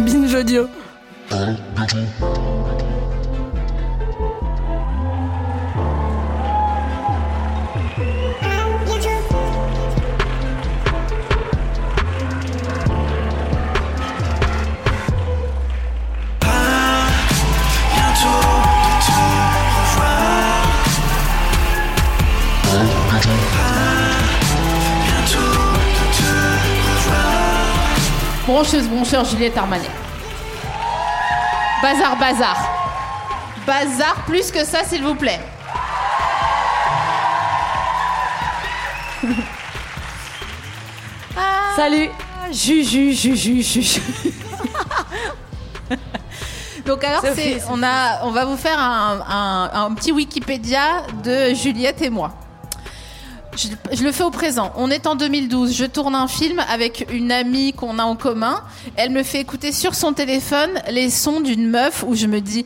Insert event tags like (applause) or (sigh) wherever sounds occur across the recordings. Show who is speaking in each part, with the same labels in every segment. Speaker 1: Binge audio.
Speaker 2: Broncheuse, broncheur, Juliette Armanet. Bazar, bazar. Bazar plus que ça, s'il vous plaît. Ah.
Speaker 1: Salut. Juju, Juju, Juju.
Speaker 2: (laughs) Donc alors,
Speaker 1: Sophie,
Speaker 2: c'est,
Speaker 1: Sophie.
Speaker 2: on, a, on va vous faire un, un- un petit Wikipédia de Juliette et moi. Je, je le fais au présent. On est en 2012. Je tourne un film avec une amie qu'on a en commun. Elle me fait écouter sur son téléphone les sons d'une meuf où je me dis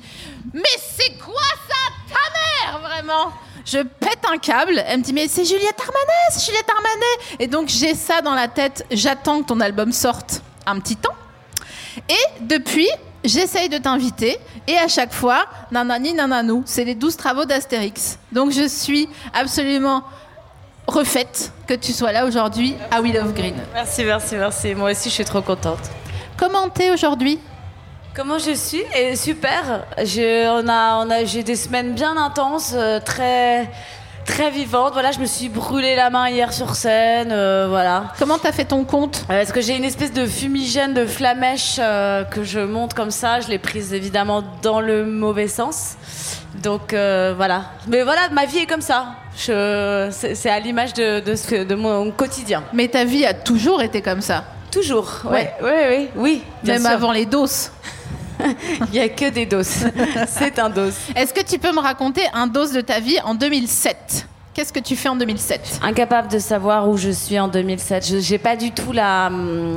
Speaker 2: Mais c'est quoi ça, ta mère Vraiment Je pète un câble. Elle me dit Mais c'est Juliette Armanet, c'est Juliette Armanet Et donc j'ai ça dans la tête. J'attends que ton album sorte un petit temps. Et depuis, j'essaye de t'inviter et à chaque fois, nanani nananou, c'est les 12 travaux d'Astérix. Donc je suis absolument refaite que tu sois là aujourd'hui à Will of Green.
Speaker 3: Merci, merci, merci. Moi aussi, je suis trop contente.
Speaker 2: Comment t'es aujourd'hui
Speaker 3: Comment je suis Eh, Super. J'ai on a, on a, j'ai des semaines bien intenses, euh, très, très vivantes. Voilà, je me suis brûlé la main hier sur scène. euh, voilà.
Speaker 2: Comment t'as fait ton compte
Speaker 3: Euh, Parce que j'ai une espèce de fumigène de flamèche euh, que je monte comme ça. Je l'ai prise évidemment dans le mauvais sens. Donc euh, voilà. Mais voilà, ma vie est comme ça. Je- C'est c'est à l'image de, de, ce que- de mon quotidien.
Speaker 2: Mais ta vie a toujours été comme ça,
Speaker 3: Toujours. Ouais. Ouais, ouais, oui. bien
Speaker 2: même
Speaker 3: sûr.
Speaker 2: avant les doses.
Speaker 3: Il n'y a que des doses. (laughs) C'est un dose.
Speaker 2: Est-ce que tu peux me raconter un dose de ta vie en 2007 Qu'est-ce que tu fais en 2007
Speaker 3: Incapable de savoir où je suis en 2007. Je j'ai pas du tout la. hum,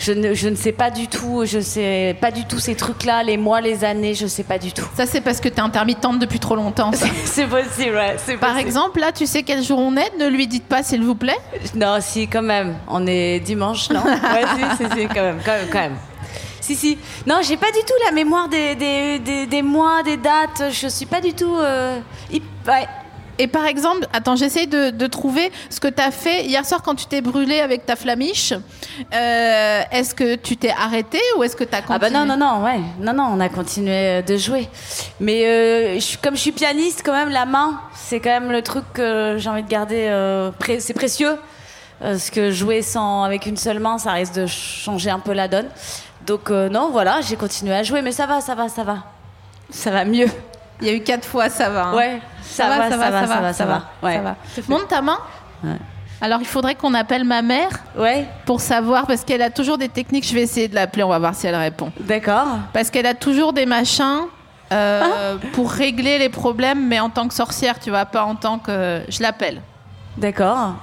Speaker 3: Je ne, je ne sais pas du tout. Je sais pas du tout ces trucs-là, les mois, les années. Je sais pas du tout.
Speaker 2: Ça c'est parce que t'es intermittente depuis trop longtemps. ça.
Speaker 3: (laughs) C'est possible, ouais. c'est
Speaker 2: Par
Speaker 3: possible.
Speaker 2: exemple, là, tu sais quel jour on est Ne lui dites pas, s'il vous plaît.
Speaker 3: Non, si, quand même. On est dimanche, non (laughs) Ouais, si, si, si, quand même, quand même, quand même. Si, si. Non, j'ai pas du tout la mémoire des, des, des, des mois, des dates. Je suis pas du tout. euh, hip- ouais.
Speaker 2: Et par exemple, attends, j'essaye de, de trouver ce que tu as fait hier soir quand tu t'es brûlé avec ta flamiche. Euh, est-ce que tu t'es arrêté ou est-ce que tu as continué
Speaker 3: Ah bah non non non ouais non non on a continué euh, de jouer mais euh, je suis- comme je suis pianiste quand même la main c'est quand même le truc que j'ai envie de garder euh, pré- c'est précieux Euh, parce que jouer sans avec une seule main ça risque de changer un peu la donne donc euh, non voilà j'ai continué à jouer mais ça va ça va ça va ça va mieux
Speaker 2: Il y a eu quatre fois, ça va. hein.
Speaker 3: ouais ça, va, ça, va, ça va ça va ouais
Speaker 2: ça va. Monte ta main. Alors, il faudrait qu'on appelle ma mère
Speaker 3: ouais
Speaker 2: pour savoir, parce qu'elle a toujours des techniques. Je vais essayer de l'appeler, on va voir si elle répond.
Speaker 3: d'accord
Speaker 2: Parce qu'elle a toujours des machins
Speaker 3: Hein
Speaker 2: euh, pour régler les problèmes, mais en tant que sorcière, tu vois, pas en tant que. Je l'appelle.
Speaker 3: d'accord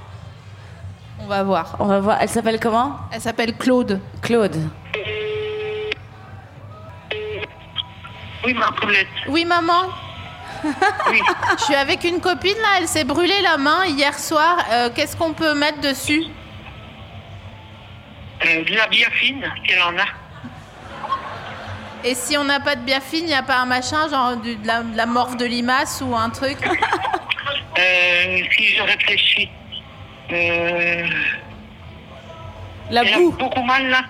Speaker 2: On va voir.
Speaker 3: on va voir elle s'appelle comment
Speaker 2: Elle s'appelle Claude.
Speaker 3: Claude
Speaker 4: Oui, ma poulette.
Speaker 2: Oui, maman
Speaker 4: Oui.
Speaker 2: Je suis avec une copine là, elle s'est brûlée la main hier soir. Euh, Qu'est-ce qu'on peut mettre dessus
Speaker 4: Euh, de la biafine, qu'elle en a.
Speaker 2: Et si on n'a pas de biafine, il n'y a pas un machin, genre du- de, la, de la morve de limace ou un truc
Speaker 4: Euh, si je réfléchis, euh,
Speaker 3: la
Speaker 4: elle a
Speaker 3: boue
Speaker 4: beaucoup mal là.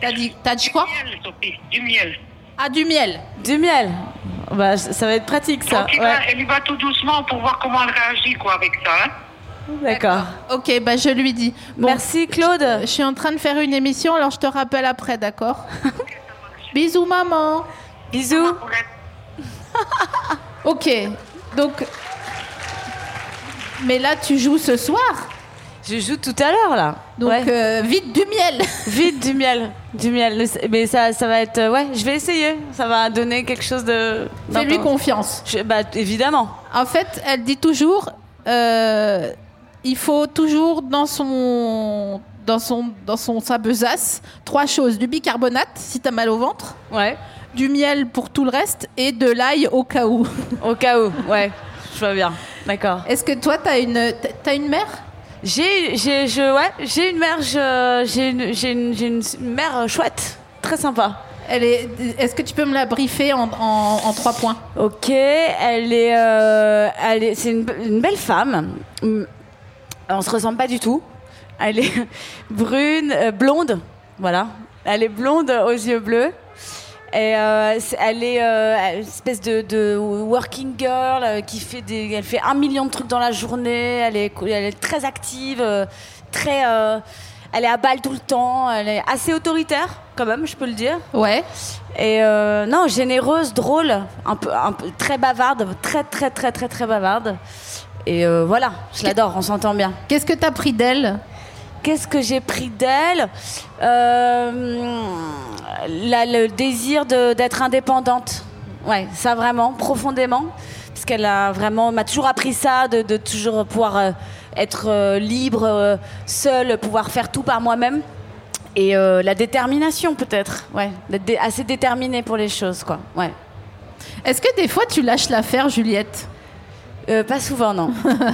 Speaker 2: T'as dit, t'as dit quoi
Speaker 4: Miel, Sophie, du miel.
Speaker 2: Ah, du miel.
Speaker 3: du miel bah, ça va être pratique ça
Speaker 4: Donc, il
Speaker 3: ouais.
Speaker 4: va- elle y va tout doucement pour voir comment elle réagit quoi, avec ça. hein.
Speaker 3: D'accord.
Speaker 2: Ok, bah je lui dis. Bon,
Speaker 3: Merci Claude.
Speaker 2: Je suis en train de faire une émission, alors je te rappelle après, d'accord Bisous, maman.
Speaker 3: Bisous.
Speaker 4: Poulette.
Speaker 2: Ok, donc. Mais là, tu joues ce soir
Speaker 3: Je joue tout à l'heure là.
Speaker 2: Donc
Speaker 3: Ouais.
Speaker 2: euh, vite du miel.
Speaker 3: Vite du miel, du miel. Le- Mais ça, ça va être, euh, ouais, je vais essayer. Ça va donner quelque chose de.
Speaker 2: Fais-lui
Speaker 3: d'intéressant.
Speaker 2: confiance.
Speaker 3: Je- Bah évidemment.
Speaker 2: En fait, elle dit toujours, euh, il faut toujours dans son dans son dans son sa besace trois choses du bicarbonate si t'as mal au ventre,
Speaker 3: Ouais.
Speaker 2: du miel pour tout le reste et de l'ail au cas où. (laughs)
Speaker 3: Au cas où. Ouais. Je vois bien. D'accord.
Speaker 2: Est-ce que toi t'as une t'as une mère
Speaker 3: J'ai, j'ai, je, ouais, j'ai une mère, je- j'ai une, j'ai une, j'ai une mère chouette, très sympa.
Speaker 2: Elle est. Est-ce que tu peux me la briefer en, en- en trois points
Speaker 3: Ok, elle est, euh, elle est, c'est une, be- une belle femme. Hum, On se ressemble pas du tout. Elle est (laughs) brune, euh, blonde, voilà. Elle est blonde aux yeux bleus. Et euh, c'est- elle est euh, elle- espèce de, de working girl euh, qui fait des, elle fait un million de trucs dans la journée. Elle est, cou- elle est très active, euh, très, euh, elle est à balle tout le temps. Elle est assez autoritaire quand même, je peux le dire.
Speaker 2: Ouais.
Speaker 3: Et euh, non, généreuse, drôle, un peu, un peu- très bavarde, très très très très très bavarde. Et euh, voilà, je l'adore, on s'entend bien.
Speaker 2: Qu'est-ce que t'as pris d'elle
Speaker 3: Qu'est-ce que j'ai pris d'elle Euh, la- Le désir de- d'être indépendante. Ouais, ça vraiment, profondément. Parce qu'elle a vraiment, m'a toujours appris ça, de, de toujours pouvoir euh, être euh, libre, euh, seule, pouvoir faire tout par moi-même. Et euh, la détermination peut-être, ouais, d'être dé- assez déterminée pour les choses, quoi. Ouais.
Speaker 2: Est-ce que des fois tu lâches l'affaire, Juliette
Speaker 3: Euh, pas souvent, non. (laughs)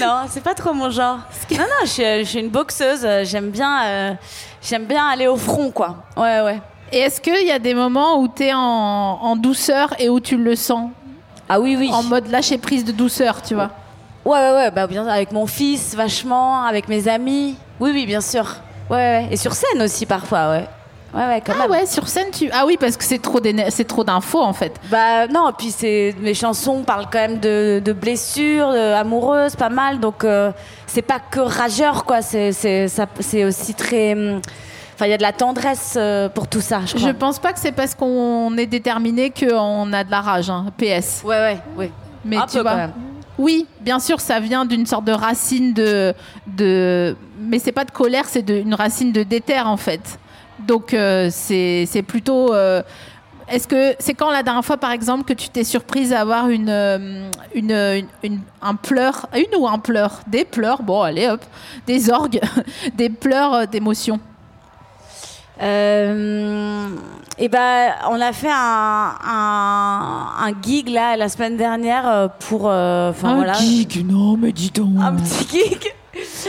Speaker 3: non, c'est pas trop mon genre. Non, non, je, suis- je suis une boxeuse. euh, J'aime bien, euh, j'aime bien aller au front, quoi. Ouais, ouais.
Speaker 2: Et est-ce qu'il y a des moments où t'es en, en douceur et où tu le sens
Speaker 3: Ah oui, oui.
Speaker 2: En mode lâcher prise de douceur, tu vois
Speaker 3: Ouais, ouais, ouais. Bah, bien, avec mon fils, vachement, avec mes amis. Oui, oui, bien sûr. Ouais, ouais. Et sur scène aussi, parfois, ouais. Ouais, ouais, quand
Speaker 2: Ah
Speaker 3: même.
Speaker 2: ouais, sur scène, tu. Ah oui, parce que c'est trop d'éner- c'est trop d'infos en fait.
Speaker 3: Bah non, et puis c'est mes chansons parlent quand même de, de blessures de- amoureuses, pas mal. Donc euh, c'est pas que rageur quoi. C'est c'est ça- c'est aussi très. hum, Enfin, il y a de la tendresse euh, pour tout ça, je crois.
Speaker 2: Je pense pas que c'est parce qu'on est déterminé qu'on a de la rage, hein, PS.
Speaker 3: Ouais, ouais, ouais.
Speaker 2: Mais
Speaker 3: Un
Speaker 2: tu
Speaker 3: peu,
Speaker 2: vois.
Speaker 3: quand même.
Speaker 2: Oui, bien sûr, ça vient d'une sorte de racine de. de... Mais c'est pas de colère, c'est de- une racine de déterre en fait. Donc euh, c'est c'est plutôt. euh, Est-ce que c'est quand la dernière fois, par exemple, que tu t'es surprise à avoir une, euh, une, une- une- un pleur, une ou un pleur, des pleurs, bon allez hop, des orgues, (laughs) des pleurs euh, d'émotion
Speaker 3: Euh, et ben, on a fait un, un, un gig là la semaine dernière euh, pour. euh, Enfin voilà.
Speaker 1: gig, non mais dis donc.
Speaker 3: Un petit gig.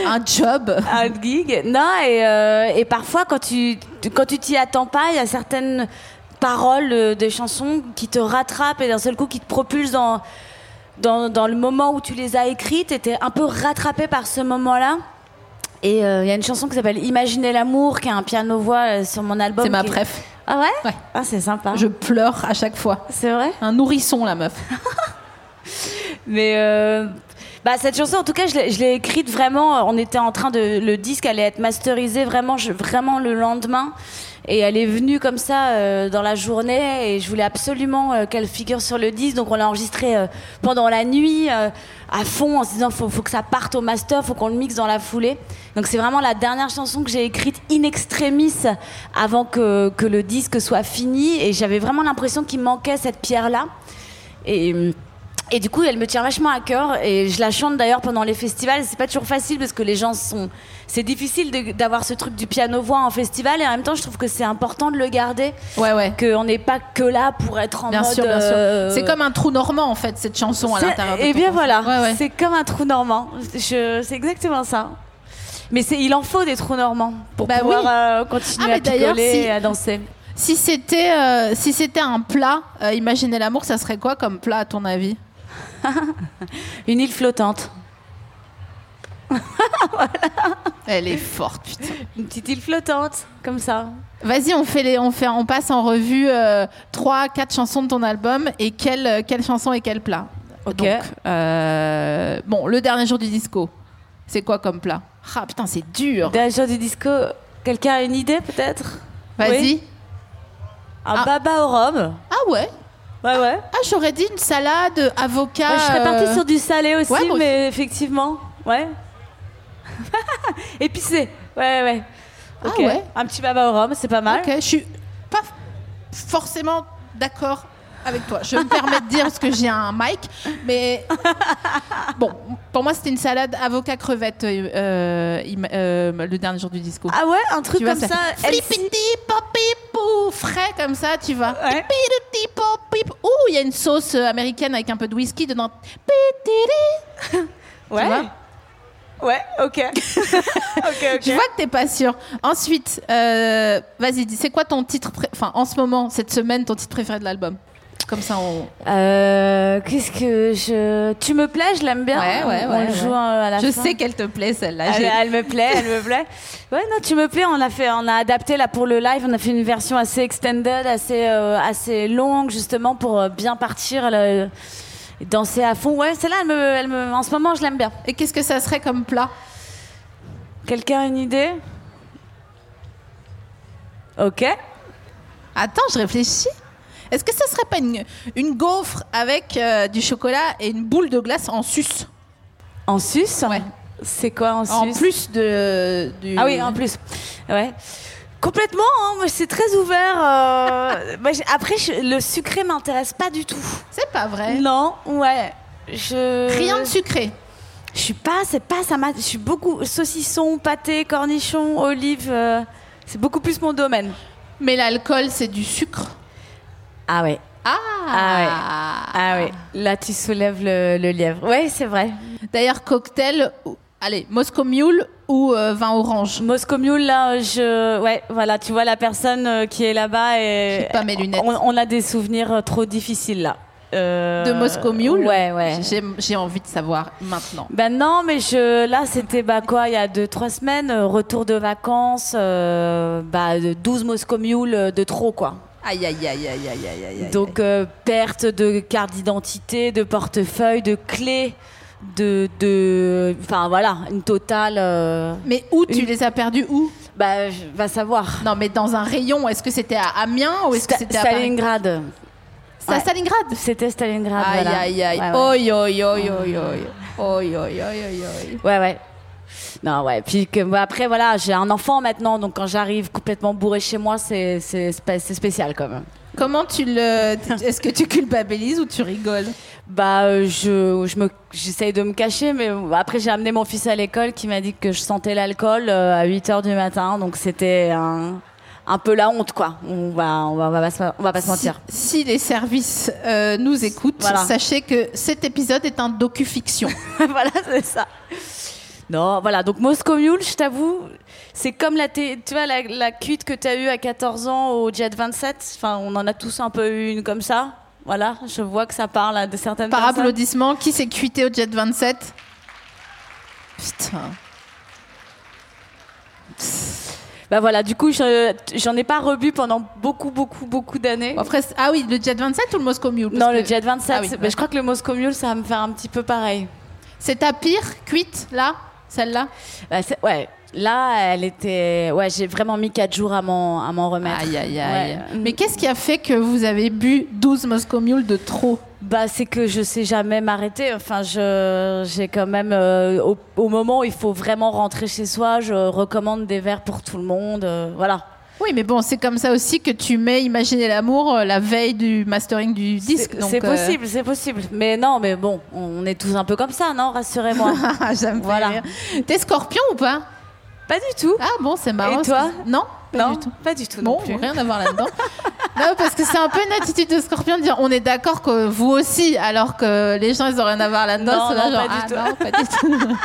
Speaker 2: un job.
Speaker 3: un gig. Non, et, euh, et parfois, quand tu tu- quand tu t'y attends pas, il y a certaines paroles euh, des chansons qui te rattrapent et d'un seul coup qui te propulsent dans, dans, dans le moment où tu les as écrites et t'es un peu rattrapé par ce moment-là. Et euh, il y a une chanson qui s'appelle Imaginer l'amour, qui a un piano-voix euh, sur mon album.
Speaker 2: C'est ma
Speaker 3: qui-
Speaker 2: préf.
Speaker 3: Ah ouais,
Speaker 2: Ouais.
Speaker 3: Ah, c'est sympa.
Speaker 2: Je pleure à chaque fois.
Speaker 3: C'est vrai
Speaker 2: Un nourrisson, la meuf.
Speaker 3: Mais euh, bah, cette chanson, en tout cas, je l'ai- je l'ai écrite vraiment. euh, On était en train de. Le disque allait être masterisé vraiment, je- vraiment le lendemain. Et elle est venue comme ça euh, dans la journée. Et je voulais absolument euh, qu'elle figure sur le disque. Donc on l'a enregistrée euh, pendant la nuit euh, à fond en se disant faut, faut que ça parte au master, faut qu'on le mixe dans la foulée. Donc c'est vraiment la dernière chanson que j'ai écrite in extremis avant que, que le disque soit fini. Et j'avais vraiment l'impression qu'il manquait cette pierre-là. Et, et du coup, elle me tient vachement à cœur. Et je la chante d'ailleurs pendant les festivals. C'est pas toujours facile parce que les gens sont. C'est difficile de- d'avoir ce truc du piano-voix en festival. Et en même temps, je trouve que c'est important de le garder.
Speaker 2: Ouais, ouais.
Speaker 3: Qu'on n'est pas que là pour être en
Speaker 2: Bien
Speaker 3: mode.
Speaker 2: sûr, bien sûr.
Speaker 3: euh,
Speaker 2: C'est comme un trou normand, en fait, cette chanson à
Speaker 3: c'est-
Speaker 2: l'intérieur. de
Speaker 3: Eh
Speaker 2: ton
Speaker 3: bien
Speaker 2: corps.
Speaker 3: voilà,
Speaker 2: Ouais, ouais.
Speaker 3: c'est comme un trou normand. Je- C'est exactement ça. Mais c'est- il en faut des trous normands pour
Speaker 2: Bah
Speaker 3: pouvoir
Speaker 2: oui.
Speaker 3: euh,
Speaker 2: Ah,
Speaker 3: continuer à
Speaker 2: mais d'ailleurs,
Speaker 3: picoler
Speaker 2: si-
Speaker 3: et à danser.
Speaker 2: Si c'était euh, si c'était un plat, euh, imaginez l'amour, ça serait quoi comme plat, à ton avis
Speaker 3: Une île flottante.
Speaker 2: Elle est forte, putain.
Speaker 3: Une petite île flottante, comme ça.
Speaker 2: Vas-y, on fait les, on fait, on passe en revue euh, trois, quatre chansons de ton album et quelle, euh, quelle chanson et quel plat.
Speaker 3: Ok.
Speaker 2: Donc, euh, bon, le dernier jour du disco, c'est quoi comme plat Ah putain, c'est dur.
Speaker 3: D'un jour du disco, quelqu'un a une idée peut-être
Speaker 2: Vas-y.
Speaker 3: Oui. Un
Speaker 2: Ah.
Speaker 3: baba au rhum.
Speaker 2: Ah ouais.
Speaker 3: Ouais, ouais.
Speaker 2: Ah j'aurais dit une salade, avocat.
Speaker 3: Ouais, je serais partie
Speaker 2: euh,
Speaker 3: sur du salé aussi,
Speaker 2: ouais, moi aussi.
Speaker 3: mais effectivement. Ouais. (laughs) Épicé. Ouais, ouais.
Speaker 2: Ah
Speaker 3: Ok.
Speaker 2: ouais.
Speaker 3: Un petit baba au rhum, c'est pas mal.
Speaker 2: Ok, je suis pas forcément d'accord avec toi. Je me permets de dire parce que j'ai un mic,
Speaker 3: (laughs)
Speaker 2: mais bon, pour moi c'était une salade avocat crevette euh, euh, im- euh, le dernier jour du disco.
Speaker 3: Ah ouais, un truc
Speaker 2: Tu vois,
Speaker 3: comme ça. elle-
Speaker 2: Flippity popipou, frais comme ça, tu vois.
Speaker 3: Ouais.
Speaker 2: Pipidouti popip. Ouh, il y a une sauce euh, américaine avec un peu de whisky dedans. Pitiri.
Speaker 3: Ouais. Ouais, ok.
Speaker 2: (laughs)
Speaker 3: ok, ok.
Speaker 2: Je vois que t'es pas sûr. Ensuite, euh, vas-y, dis, c'est quoi ton titre, pré- enfin en ce moment, cette semaine, ton titre préféré de l'album Comme ça, on,
Speaker 3: Euh, Qu'est-ce que je. Tu me plais, je l'aime bien.
Speaker 2: Ouais, ouais,
Speaker 3: On
Speaker 2: ouais,
Speaker 3: le joue
Speaker 2: ouais.
Speaker 3: euh, à la
Speaker 2: Je
Speaker 3: fin. Ah,
Speaker 2: sais qu'elle te plaît celle-là.
Speaker 3: Elle,
Speaker 2: J'ai-
Speaker 3: elle me plaît, elle me plaît. Ouais, non, tu me plais. On a fait, on a adapté là pour le live. On a fait une version assez extended, assez, euh, assez longue justement pour euh, bien partir, là, et danser à fond. Ouais, celle-là, elle me, elle me- en ce moment, je l'aime bien.
Speaker 2: Et qu'est-ce que ça serait comme plat
Speaker 3: Quelqu'un a une idée Ok.
Speaker 2: Attends, je réfléchis. Est-ce que ça serait pas une, une gaufre avec euh, du chocolat et une boule de glace en sus
Speaker 3: En sus
Speaker 2: Ouais.
Speaker 3: C'est quoi en sus
Speaker 2: En plus de du.
Speaker 3: Ah oui, en plus. Ouais. Complètement, hein, moi c'est très ouvert. euh, (laughs) moi, j'ai- après, je- le sucré m'intéresse pas du tout.
Speaker 2: C'est pas vrai.
Speaker 3: Non, ouais. Je...
Speaker 2: Rien de sucré.
Speaker 3: Je suis pas, c'est pas ça. m'a- Je suis beaucoup saucisson, pâté, cornichon, olive. euh, c'est beaucoup plus mon domaine.
Speaker 2: Mais l'alcool, c'est du sucre.
Speaker 3: Ah ouais.
Speaker 2: Ah.
Speaker 3: Ah ouais. Là, tu soulèves le, le lièvre. Ouais, c'est vrai.
Speaker 2: D'ailleurs, cocktail. ou- Allez, Moscow Mule ou euh, vin orange.
Speaker 3: Moscow Mule, là, euh, je. Ouais, voilà, tu vois la personne euh, qui est là-bas et.
Speaker 2: J'ai pas mes lunettes.
Speaker 3: On, on a des souvenirs euh, trop difficiles, là. Euh,
Speaker 2: De Moscow Mule.
Speaker 3: Ouais, ouais.
Speaker 2: J'ai- J'ai envie de savoir maintenant.
Speaker 3: Ben non, mais je, là, c'était bah, quoi, il y a deux, trois semaines, euh, retour de vacances, euh, bah, de 12 Moscow Mule euh, de trop, quoi.
Speaker 2: Aïe aïe aïe aïe aïe aïe aïe. aïe.
Speaker 3: Donc, euh, perte de carte d'identité, de portefeuille, de clé, de. de- Enfin, voilà, une totale. euh,
Speaker 2: Mais où tu
Speaker 3: Une-
Speaker 2: les as perdus où
Speaker 3: bah, je- va savoir.
Speaker 2: Non, mais dans un rayon, est-ce que c'était à Amiens ou est-ce que
Speaker 3: Sta-
Speaker 2: c'était à Paris
Speaker 3: Stalingrad.
Speaker 2: C'était à
Speaker 3: ouais.
Speaker 2: Stalingrad
Speaker 3: C'était Stalingrad.
Speaker 2: Aïe,
Speaker 3: voilà.
Speaker 2: aïe, aïe. Oh,
Speaker 3: Ouais, ouais.
Speaker 2: Oi, oi, oi, oi, oi. Oi, oi, oi, oi, oi.
Speaker 3: Ouais, ouais. Non, ouais. Puis que, bah, après, voilà, j'ai un enfant maintenant, donc quand j'arrive complètement bourré chez moi, c'est c'est spé- c'est spécial quand même.
Speaker 2: Comment tu
Speaker 3: (laughs)
Speaker 2: le. Est-ce que tu culpabilises ou tu rigoles
Speaker 3: Bah, euh, je, je me, j'essaye de me cacher, mais après, j'ai amené mon fils à l'école qui m'a dit que je sentais l'alcool euh, à 8 h du matin, donc c'était un, un peu la honte, quoi. On va, on va, on va, pas se- on va pas se mentir.
Speaker 2: Si, si les services euh, nous écoutent,
Speaker 3: Voilà.
Speaker 2: sachez que cet épisode est un
Speaker 3: (laughs)
Speaker 2: docu-fiction.
Speaker 3: voilà, c'est ça. Non, voilà, donc Moscow Mule, je t'avoue, c'est comme la, thé- tu vois, la, la cuite que tu as eue à 14 ans au Jet 27. Enfin, on en a tous un peu eu une comme ça. Voilà, je vois que ça parle à de certaines
Speaker 2: Par
Speaker 3: personnes.
Speaker 2: applaudissement, qui s'est cuité au Jet 27 Putain.
Speaker 3: Bah voilà, du coup, je- j'en ai pas rebu pendant beaucoup, beaucoup, beaucoup d'années.
Speaker 2: Bon, Après, c'est- ah oui, le Jet 27 ou le Moscow Mule Parce
Speaker 3: non, le
Speaker 2: que-
Speaker 3: Jet 27,
Speaker 2: Ah oui,
Speaker 3: c'est- bah,
Speaker 2: ouais.
Speaker 3: je crois que le Moscow Mule, ça va me faire un petit peu pareil.
Speaker 2: C'est ta pire cuite, là Celle-là
Speaker 3: Bah, c'est- ouais, là, elle était. Ouais, j'ai vraiment mis 4 jours à m'en à m'en remettre.
Speaker 2: Aïe, aïe, aïe.
Speaker 3: Bah, Ouais.
Speaker 2: Mais qu'est-ce qui a fait que vous avez bu 12 Moscow Mule de trop
Speaker 3: Bah, c'est que je sais jamais m'arrêter. Enfin, je, j'ai quand même, euh, au, au moment où il faut vraiment rentrer chez soi, je recommande des verres pour tout le monde. euh, voilà.
Speaker 2: Oui, mais bon, c'est comme ça aussi que tu mets Imaginer l'amour euh, la veille du mastering du disque.
Speaker 3: c'est
Speaker 2: donc,
Speaker 3: c'est
Speaker 2: euh, (laughs)
Speaker 3: possible, c'est possible. Mais non, mais bon, on est tous un peu comme ça, non Rassurez-moi.
Speaker 2: ça me fait
Speaker 3: Voilà.
Speaker 2: Ah, rire. T'es scorpion ou pas
Speaker 3: (laughs) pas du tout.
Speaker 2: Ah bon, c'est marrant.
Speaker 3: Et toi
Speaker 2: parce que- Non, pas
Speaker 3: non,
Speaker 2: du tout.
Speaker 3: pas du tout non
Speaker 2: Bon,
Speaker 3: plus.
Speaker 2: rien à voir là-dedans. non, parce que c'est un peu une attitude de scorpion de dire on est d'accord que vous aussi, alors que les gens ils ont rien à voir là-dedans.
Speaker 3: Non,
Speaker 2: c'est là,
Speaker 3: non,
Speaker 2: genre,
Speaker 3: pas du
Speaker 2: ah, non, pas du
Speaker 3: (laughs)
Speaker 2: tout.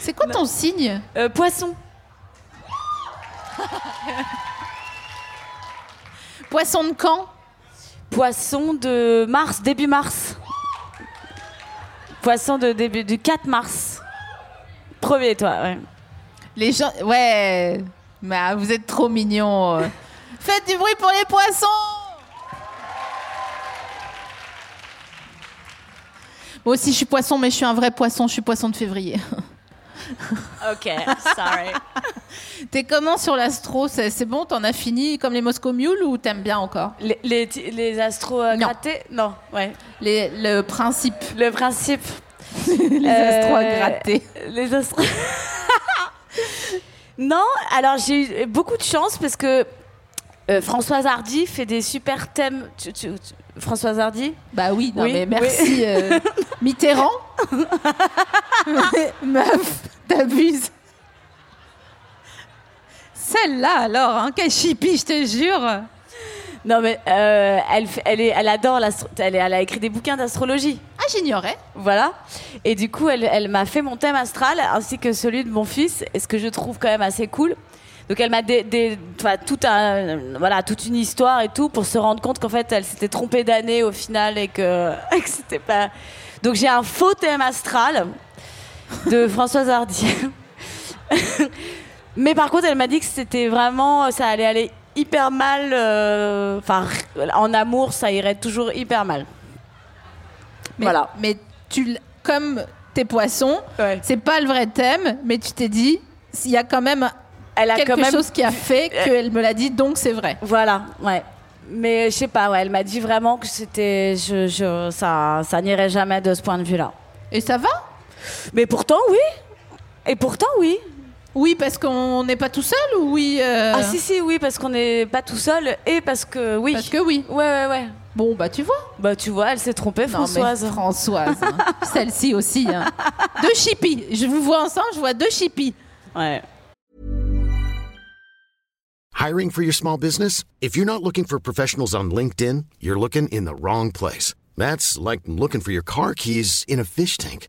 Speaker 2: c'est quoi ton signe
Speaker 3: Euh, poisson.
Speaker 2: Poisson de camp
Speaker 3: Poisson de mars, début mars. Poisson de début du 4 mars. Premier, toi, ouais.
Speaker 2: Les gens. Ouais. Mais ah, vous êtes trop mignons. euh. Faites du bruit pour les poissons Moi aussi, je suis poisson, mais je suis un vrai poisson. Je suis poisson de février.
Speaker 3: Ok, sorry.
Speaker 2: T'es comment sur l'astro C'est c'est bon T'en as fini comme les Moscow Mule ou t'aimes bien encore
Speaker 3: (laughs) Les, les, ti- les astros euh,
Speaker 2: Non.
Speaker 3: grattés Non, ouais.
Speaker 2: Les- Le principe. (laughs)
Speaker 3: Le principe.
Speaker 2: Les
Speaker 3: Euh,
Speaker 2: astros à gratter.
Speaker 3: Les astres. (laughs) non, alors j'ai eu beaucoup de chance parce que euh, Françoise Hardy fait des super thèmes. Tu- tu- tu- Françoise Hardy
Speaker 2: Bah oui, non
Speaker 3: Oui,
Speaker 2: mais merci (laughs) euh, Mitterrand. Meuf, t'abuses. Celle-là alors, hein, quel chippie, je te jure.
Speaker 3: Non, mais euh, elle, fait- elle, est, elle adore l'astro. Elle, est- elle a écrit des bouquins d'astrologie.
Speaker 2: Ah, j'ignorais.
Speaker 3: Voilà. Et du coup, elle, elle m'a fait mon thème astral ainsi que celui de mon fils, et ce que je trouve quand même assez cool. Donc elle m'a dé- dé- enfin, tout un, voilà, toute une histoire et tout pour se rendre compte qu'en fait elle s'était trompée d'année au final et que, (laughs) et que c'était pas. Donc j'ai un faux thème astral de (laughs) Françoise Hardy. Mais par contre, elle m'a dit que c'était vraiment, ça allait aller hyper mal. euh, Enfin, en amour, ça irait toujours hyper mal.
Speaker 2: Mais,
Speaker 3: Voilà.
Speaker 2: Mais tu, l- comme tes poissons,
Speaker 3: Ouais.
Speaker 2: c'est pas le vrai thème, mais tu t'es dit, il y a quand même
Speaker 3: Elle a
Speaker 2: quelque
Speaker 3: quand même
Speaker 2: chose qui a fait qu'elle me l'a dit, donc c'est vrai.
Speaker 3: Voilà, ouais. Mais je sais pas, ouais, elle m'a dit vraiment que c'était, je, je- ça, ça n'irait jamais de ce point de vue-là.
Speaker 2: Et ça va
Speaker 3: Mais pourtant, oui. Et pourtant, oui.
Speaker 2: Oui, parce qu'on n'est pas tout seul ou oui euh,
Speaker 3: Ah si, si, oui, parce qu'on n'est pas tout seul et parce que, oui.
Speaker 2: Parce que oui.
Speaker 3: Ouais, ouais, ouais.
Speaker 2: Bon, bah tu vois.
Speaker 3: Bah tu vois, elle s'est trompée,
Speaker 2: Non, mais
Speaker 3: Françoise.
Speaker 2: Françoise.
Speaker 3: (laughs)
Speaker 2: hein. Celle-ci aussi. hein. Deux chippies. Je vous vois ensemble, je vois deux chippies.
Speaker 3: Ouais.
Speaker 5: Hiring for your small business? If you're not looking for professionals on LinkedIn, you're looking in the wrong place. That's like looking for your car keys in a fish tank.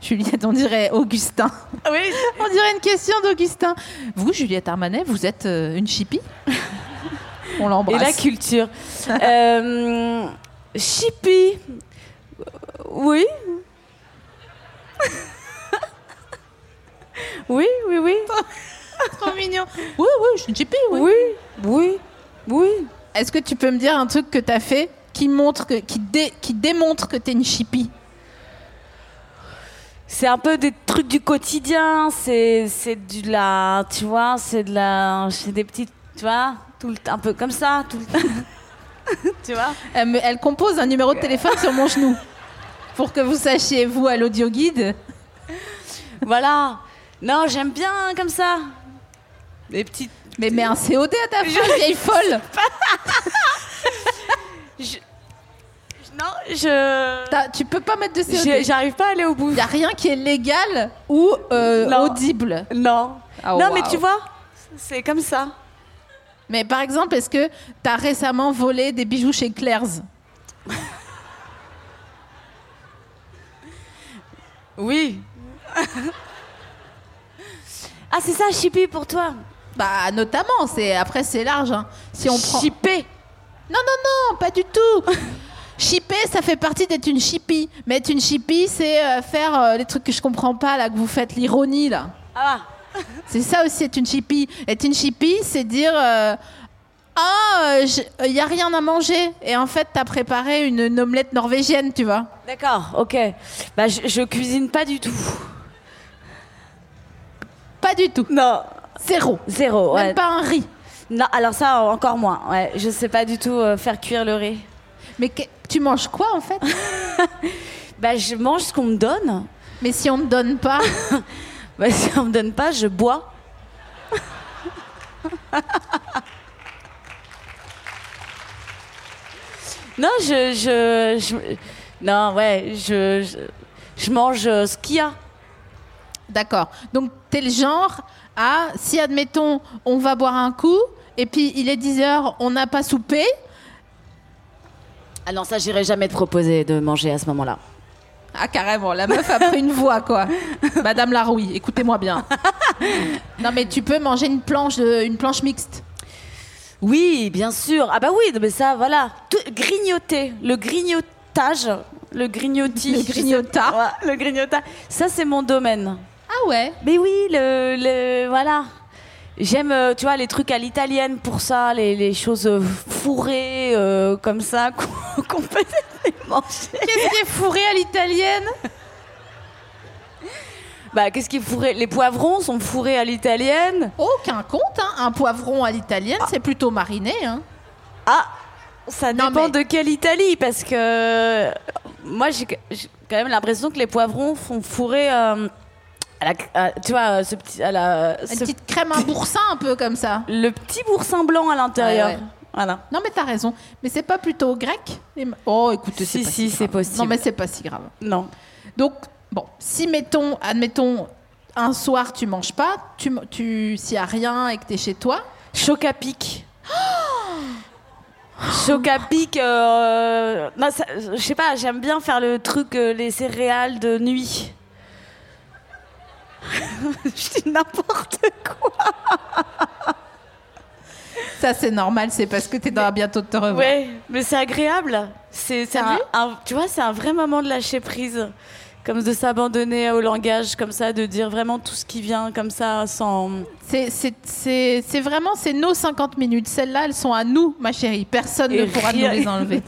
Speaker 2: Juliette, on dirait Augustin.
Speaker 3: Ah Oui.
Speaker 2: (laughs) On dirait une question d'Augustin. Vous, Juliette Armanet, vous êtes euh, une chippie On
Speaker 3: Et la
Speaker 2: l'embrasse. (laughs)
Speaker 3: culture. euh, Chippy.
Speaker 2: (laughs)
Speaker 3: Oui. oui, oui, oui.
Speaker 2: Trop mignon. Oui, oui, je suis une chippie, oui.
Speaker 3: Oui, oui, oui.
Speaker 2: Est-ce que tu peux me dire un truc que t'as fait qui, montre que, qui, dé- qui démontre que t'es une chippie
Speaker 3: C'est un peu des trucs du quotidien, c'est c'est de la, tu vois, c'est de la, c'est des petites, tu vois, tout le, temps, un peu comme ça, tout le temps. (laughs) tu vois
Speaker 2: elle, me- elle compose un numéro de téléphone sur mon genou. Pour que vous sachiez, vous, à l'audio guide,
Speaker 3: Voilà. Non, j'aime bien comme ça. Des petites.
Speaker 2: Mais mets un COD à ta femme, vieille folle
Speaker 3: Non, je.
Speaker 2: T'as- Tu peux pas mettre de
Speaker 3: j'ai-
Speaker 2: COD.
Speaker 3: J'arrive pas à aller au bout.
Speaker 2: Il a rien qui est légal ou euh,
Speaker 3: Non.
Speaker 2: audible.
Speaker 3: Non.
Speaker 2: Ah,
Speaker 3: non, mais
Speaker 2: waouh.
Speaker 3: tu vois, c'est comme ça.
Speaker 2: Mais par exemple, est-ce que t'as récemment volé des bijoux chez Claire's
Speaker 3: Oui. (laughs) ah, c'est ça, Chippy pour toi.
Speaker 2: Bah notamment, c'est après c'est large. hein. Si on prend...
Speaker 3: Chippé.
Speaker 2: Non, non, non, pas du tout
Speaker 3: (laughs)
Speaker 2: Chipper, ça fait partie d'être une chippie. Mais être une chippie, c'est euh, faire euh, les trucs que je comprends pas, là, que vous faites l'ironie, là.
Speaker 3: Ah.
Speaker 2: C'est ça aussi être une chippie. Être une chippie, c'est dire euh, Ah, il n'y a rien à manger. Et en fait, t'as préparé une, une omelette norvégienne, tu vois.
Speaker 3: D'accord, ok. Bah, je, je cuisine pas du tout.
Speaker 2: Pas du tout.
Speaker 3: Non.
Speaker 2: Zéro.
Speaker 3: Zéro, ouais.
Speaker 2: Même pas un riz.
Speaker 3: Non, alors ça, encore moins. Ouais, je sais pas du tout euh, faire cuire le riz.
Speaker 2: Mais que- tu manges quoi, en fait
Speaker 3: Bah, je mange ce qu'on me donne.
Speaker 2: Mais si on ne donne pas,
Speaker 3: Bah, (laughs) si on me donne pas, je bois. (laughs) non, je, je, je- Non, ouais, je, je, je mange euh, ce qu'il y a.
Speaker 2: d'accord. Donc, t'es le genre à, si admettons, on va boire un coup, et puis il est 10h, on n'a pas soupé,
Speaker 3: Ah non, ça, j'irai jamais te proposer de manger à ce moment-là.
Speaker 2: Ah carrément, la meuf a pris une voix quoi. Madame Larouille, écoutez-moi bien. non mais tu peux manger une planche, de- une planche mixte.
Speaker 3: Oui, bien sûr. Ah bah oui, non, mais ça, voilà. Tout- grignoter, le grignotage, le grignotis.
Speaker 2: Le grignota.
Speaker 3: Ouais, le grignota. Ça, c'est mon domaine.
Speaker 2: Ah Ah ouais
Speaker 3: Mais oui, le, le- voilà. J'aime, euh, tu vois, les trucs à l'italienne pour ça, les, les choses euh, fourrées euh, comme ça (laughs) qu'on qu'on peut manger.
Speaker 2: Qu'est-ce qui est fourré à l'italienne
Speaker 3: Bah, qu'est-ce qui est fourré Les poivrons sont fourrés à l'italienne.
Speaker 2: Aucun compte, hein. Un poivron à l'italienne, c'est plutôt mariné, hein.
Speaker 3: Ah, ça
Speaker 2: Non,
Speaker 3: dépend
Speaker 2: mais-
Speaker 3: de quelle Italie, parce que euh, moi j'ai j'ai quand même l'impression que les poivrons font fourrer euh, à la, à- tu vois, euh, ce petit, à la,
Speaker 2: Une
Speaker 3: ce-
Speaker 2: petite crème, un boursin un peu comme ça.
Speaker 3: le petit boursin blanc à l'intérieur.
Speaker 2: Ah Ouais, ouais.
Speaker 3: Voilà.
Speaker 2: Non, mais t'as raison. Mais c'est pas plutôt grec les ma- Oh, écoutez,
Speaker 3: Si,
Speaker 2: pas
Speaker 3: si,
Speaker 2: grave.
Speaker 3: c'est possible.
Speaker 2: Non, mais c'est pas si grave.
Speaker 3: Non.
Speaker 2: Donc, bon, si mettons, admettons, un soir tu manges pas, tu, m- tu s'il y a rien et que t'es chez toi,
Speaker 3: Choc à pic. Choc à pic. euh, non, ça- je sais pas, j'aime bien faire le truc, euh, les céréales de nuit. (laughs) je dis n'importe quoi.
Speaker 2: ça c'est normal, c'est parce que t'es dans la bientôt de te revoir.
Speaker 3: Ouais, Ah mais c'est agréable. C'est c'est
Speaker 2: T'as
Speaker 3: un,
Speaker 2: vu
Speaker 3: un- tu vois, c'est un vrai moment de lâcher prise, comme de s'abandonner au langage, comme ça, de dire vraiment tout ce qui vient, comme ça, sans.
Speaker 2: C'est- C'est c'est- c'est vraiment, c'est nos 50 minutes. Celles-là, elles sont à nous, ma chérie. Personne
Speaker 3: Et
Speaker 2: ne pourra
Speaker 3: rien.
Speaker 2: nous les
Speaker 3: (laughs)
Speaker 2: enlever.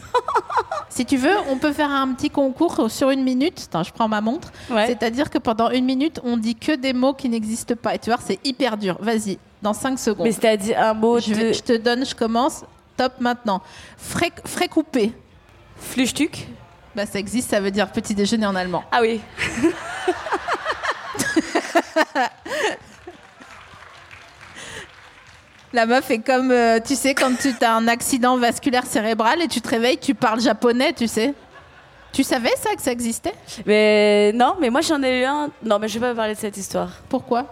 Speaker 2: si tu veux, on peut faire un petit concours sur une minute. Attends, je prends ma montre.
Speaker 3: Ouais.
Speaker 2: C'est-à-dire que pendant une minute, on dit que des mots qui n'existent pas. Et tu vois, c'est hyper dur. Vas-y, dans 5 secondes.
Speaker 3: Mais c'est-à-dire un mot
Speaker 2: je,
Speaker 3: de
Speaker 2: vais- je te donne, je commence. Top maintenant. Frais, frais coupé.
Speaker 3: fluchtuc.
Speaker 2: Bah, ça existe, ça veut dire petit déjeuner en allemand.
Speaker 3: Ah oui.
Speaker 2: La meuf est comme, euh, tu sais, quand tu as un accident vasculaire cérébral et tu te réveilles, tu parles japonais, tu sais. Tu savais ça que ça existait
Speaker 3: Mais non, mais moi j'en ai eu un. Non, mais je vais pas parler de cette histoire.
Speaker 2: Pourquoi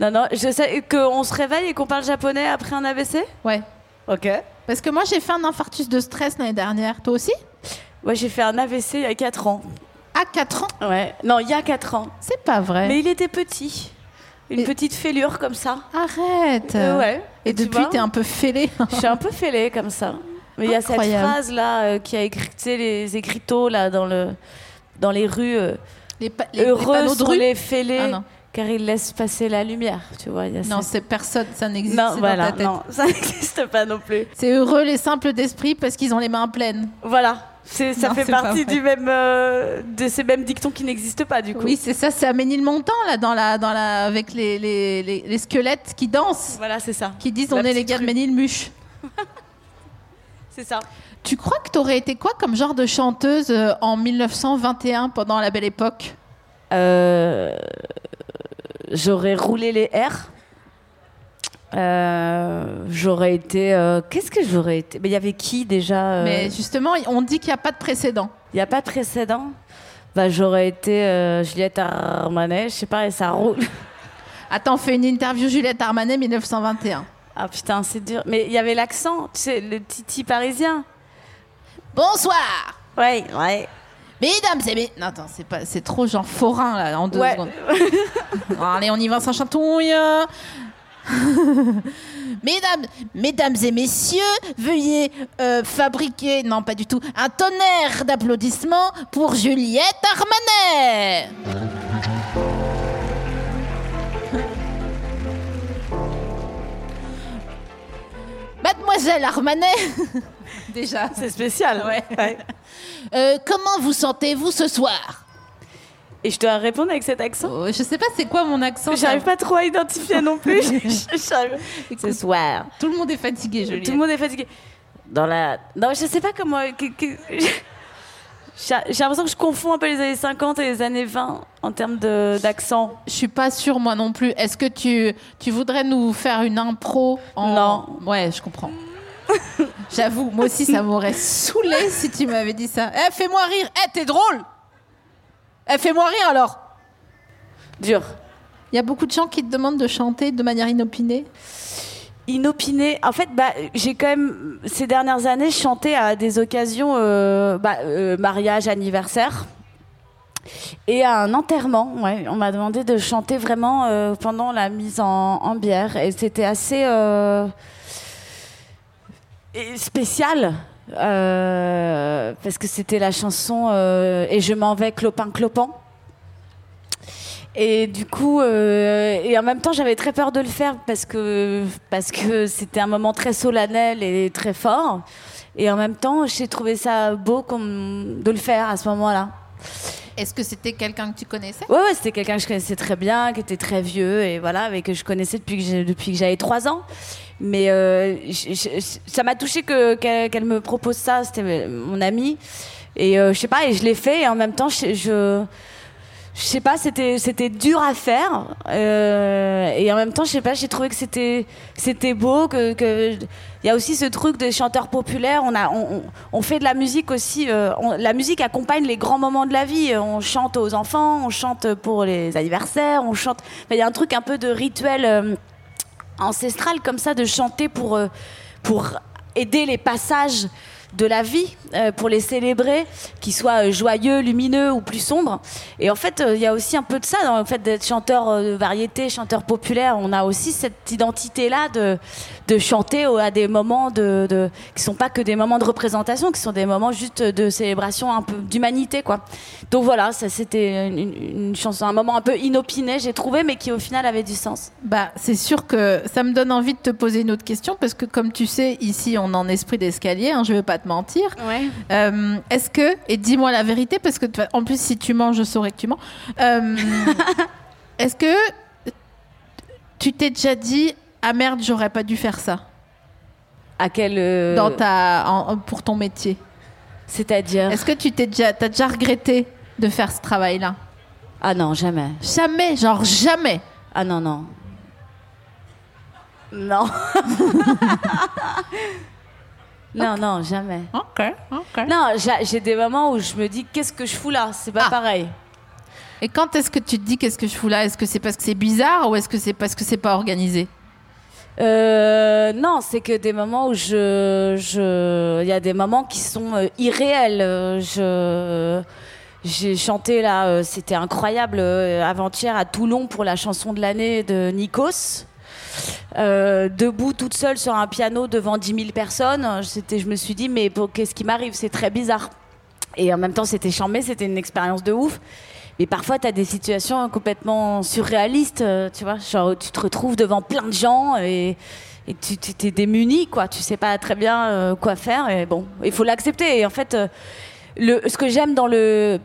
Speaker 3: Non, non, je sais qu'on se réveille et qu'on parle japonais après un AVC
Speaker 2: Ouais.
Speaker 3: Ok.
Speaker 2: Parce que moi, j'ai fait un infarctus de stress l'année dernière. Toi aussi
Speaker 3: Moi j'ai fait un AVC il y a 4 ans.
Speaker 2: À 4 ans
Speaker 3: Ouais. Non, il y a 4 ans.
Speaker 2: C'est pas vrai.
Speaker 3: Mais il était petit. Une
Speaker 2: Mais-
Speaker 3: petite fêlure comme ça.
Speaker 2: Arrête
Speaker 3: Euh, ouais.
Speaker 2: Et
Speaker 3: Tu
Speaker 2: depuis,
Speaker 3: vois
Speaker 2: t'es un peu fêlée. (laughs)
Speaker 3: Je suis un peu fêlée comme ça. Mais il y a cette
Speaker 2: Incroyable.
Speaker 3: phrase là euh, qui a écrit, tu sais, les écriteaux là dans, le, dans les rues. euh,
Speaker 2: Les, pa- les- les
Speaker 3: heureux
Speaker 2: panneaux de
Speaker 3: sont
Speaker 2: rue
Speaker 3: les fêlés
Speaker 2: Ah, non.
Speaker 3: car ils laissent passer la lumière. Tu vois, il y a
Speaker 2: Non,
Speaker 3: cette-
Speaker 2: c'est personne, ça n'existe
Speaker 3: non,
Speaker 2: c'est
Speaker 3: voilà,
Speaker 2: dans ta tête.
Speaker 3: non, (laughs) ça n'existe pas non plus.
Speaker 2: C'est heureux les simples d'esprit parce qu'ils ont les mains pleines.
Speaker 3: Voilà, c'est, ça
Speaker 2: Non,
Speaker 3: fait
Speaker 2: c'est pas
Speaker 3: partie
Speaker 2: vrai.
Speaker 3: du même, euh, de ces mêmes dictons qui n'existent pas du coup.
Speaker 2: Oui, c'est ça, c'est à Ménilmontant, là, dans la, dans la, avec les, les, les, les squelettes qui dansent,
Speaker 3: Voilà, c'est ça.
Speaker 2: qui disent
Speaker 3: La
Speaker 2: on est les
Speaker 3: petite
Speaker 2: gars de
Speaker 3: rue.
Speaker 2: Ménilmuche.
Speaker 3: C'est ça.
Speaker 2: Tu crois que t'aurais été quoi comme genre de chanteuse euh, en 1921 pendant la belle époque
Speaker 3: Euh, j'aurais roulé les R. Euh, j'aurais été. euh, qu'est-ce que j'aurais été Mais il y avait qui déjà euh,
Speaker 2: Mais justement, on dit qu'il n'y a pas de précédent.
Speaker 3: Il n'y a pas de précédent. Bah, j'aurais été euh, Juliette Armanet, je sais pas, et ça roule. (laughs)
Speaker 2: Attends, on fait une interview Juliette Armanet 1921.
Speaker 3: Ah putain, c'est dur. Mais il y avait l'accent, tu sais, le titi parisien.
Speaker 2: Bonsoir
Speaker 3: Ouais, ouais.
Speaker 2: Mesdames et messieurs... Non, attends, c'est, pas, c'est trop genre forain, là, en deux
Speaker 3: Ouais.
Speaker 2: secondes. Bon, allez, on y va sans chatouille (laughs) Mesdames, mesdames et messieurs, veuillez euh, fabriquer, non pas du tout, un tonnerre d'applaudissements pour Juliette Armanet. (laughs) Mademoiselle Armanet, déjà,
Speaker 3: C'est spécial. Ouais.
Speaker 2: euh, comment vous sentez-vous ce soir
Speaker 3: Et je dois répondre avec cet accent.
Speaker 2: Euh, Je sais pas c'est quoi mon accent.
Speaker 3: J'arrive pas trop à identifier non (laughs) plus. Je- je- j'arrive- Ce soir.
Speaker 2: Tout le monde est fatigué, Juliette.
Speaker 3: Tout le monde est fatigué. Dans la. Non, je sais pas comment. que- que- (laughs) J'ai j'ai l'impression que je confonds un peu les années 50 et les années 20 en termes de- d'accent.
Speaker 2: Je suis pas sûre moi non plus. Est-ce que tu, tu voudrais nous faire une impro en...
Speaker 3: Non.
Speaker 2: Ouais, je comprends. (laughs) J'avoue, moi aussi ça m'aurait saoulé si tu m'avais dit ça. Eh, fais-moi rire. Eh, t'es drôle. Eh, fais-moi rire alors.
Speaker 3: Dur.
Speaker 2: Il y a beaucoup de gens qui te demandent de chanter de manière inopinée.
Speaker 3: Inopiné. En fait, bah, j'ai quand même, ces dernières années, chanté à des occasions, euh, bah, euh, mariage, anniversaire. Et à un enterrement, ouais. on m'a demandé de chanter vraiment euh, pendant la mise en, en bière. Et c'était assez euh, et spécial. euh, parce que c'était la chanson euh, Et je m'en vais clopin clopin. Et du coup, euh, et en même temps, j'avais très peur de le faire parce que parce que c'était un moment très solennel et très fort. Et en même temps, j'ai trouvé ça beau comme de le faire à ce moment-là.
Speaker 2: Est-ce que c'était quelqu'un que tu connaissais
Speaker 3: Ouais, ouais, c'était quelqu'un que je connaissais très bien, qui était très vieux et voilà, et que je connaissais depuis que j'ai- depuis que j'avais trois ans. Mais euh, je- je- je- ça m'a touché que qu'elle qu'elle me propose ça. C'était mon amie et euh, je sais pas, et je l'ai fait. Et en même temps, je je, je sais pas, c'était c'était dur à faire. Euh, et en même temps, je sais pas, j'ai trouvé que c'était c'était beau. Que que- il y a aussi ce truc des chanteurs populaires. On a on, on- on fait de la musique aussi. euh, on- la musique accompagne les grands moments de la vie. On chante aux enfants, on chante pour les anniversaires, on chante. Enfin, Il y a un truc un peu de rituel. euh, ancestral comme ça de chanter pour, euh, pour aider les passages de la vie, euh, pour les célébrer, qu'ils soient euh, joyeux, lumineux ou plus sombres. Et en fait, euh, il y a aussi un peu de ça dans le fait d'être chanteur euh, de variété, chanteur populaire. On a aussi cette identité-là de, de chanter au- à des moments de, de, qui sont pas que des moments de représentation, qui sont des moments juste de célébration un peu d'humanité. quoi. Donc voilà, ça c'était une, une- une chanson, un moment un peu inopiné, j'ai trouvé, mais qui au final avait du sens.
Speaker 2: Bah, c'est sûr que ça me donne envie de te poser une autre question parce que comme tu sais, ici on est en esprit d'escalier, hein, je vais pas te mentir.
Speaker 3: Ouais.
Speaker 2: Euh, Est-ce que et dis-moi la vérité parce que de toute fa- en plus si tu mens, je saurais que tu mens. Euh, Est-ce que tu t'es déjà dit ah merde, j'aurais pas dû faire ça
Speaker 3: À quel euh,
Speaker 2: dans ta en- en- pour ton métier
Speaker 3: C'est-à-dire
Speaker 2: Est-ce que tu t'es déjà t'as déjà regretté de faire ce travail-là
Speaker 3: Ah non, jamais.
Speaker 2: Jamais, genre jamais.
Speaker 3: Ah non, non.
Speaker 2: (laughs)
Speaker 3: Non. non, non, jamais.
Speaker 2: Ok, ok.
Speaker 3: Non, j'a- j'ai des moments où je me dis qu'est-ce que je fous là C'est pas
Speaker 2: Ah.
Speaker 3: pareil.
Speaker 2: Et quand est-ce que tu te dis qu'est-ce que je fous là Est-ce que c'est parce que c'est bizarre ou est-ce que c'est parce que c'est pas organisé
Speaker 3: Euh, non, c'est que des moments où je, je, il y a des moments qui sont euh, irréels. Euh, Je, j'ai chanté là, euh, c'était incroyable euh, avant-hier à Toulon pour la chanson de l'année de Nikos. Euh, debout toute seule sur un piano devant 10 000 personnes, c'était, je me suis dit mais pour- qu'est-ce qui m'arrive C'est très bizarre. Et en même temps, c'était charmé, c'était une expérience de ouf. Mais parfois, tu as des situations complètement surréalistes, euh, tu vois. Genre, tu te retrouves devant plein de gens et, et tu tu- t'es démuni, quoi. Tu sais pas très bien euh, quoi faire. Et bon, il faut l'accepter. Et en fait, euh, le, ce que j'aime dans le,